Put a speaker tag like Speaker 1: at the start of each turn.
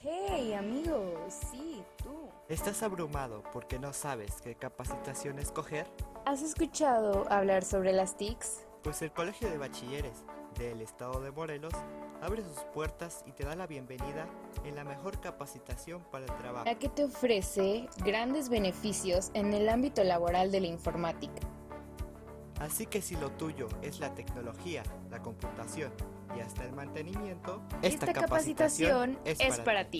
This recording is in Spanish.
Speaker 1: Hey amigo, sí, tú.
Speaker 2: ¿Estás abrumado porque no sabes qué capacitación escoger?
Speaker 1: ¿Has escuchado hablar sobre las TICs?
Speaker 2: Pues el Colegio de Bachilleres del Estado de Morelos abre sus puertas y te da la bienvenida en la mejor capacitación para el trabajo.
Speaker 1: La que te ofrece grandes beneficios en el ámbito laboral de la informática.
Speaker 2: Así que si lo tuyo es la tecnología, la computación y hasta el mantenimiento,
Speaker 1: Esta capacitación es para ti.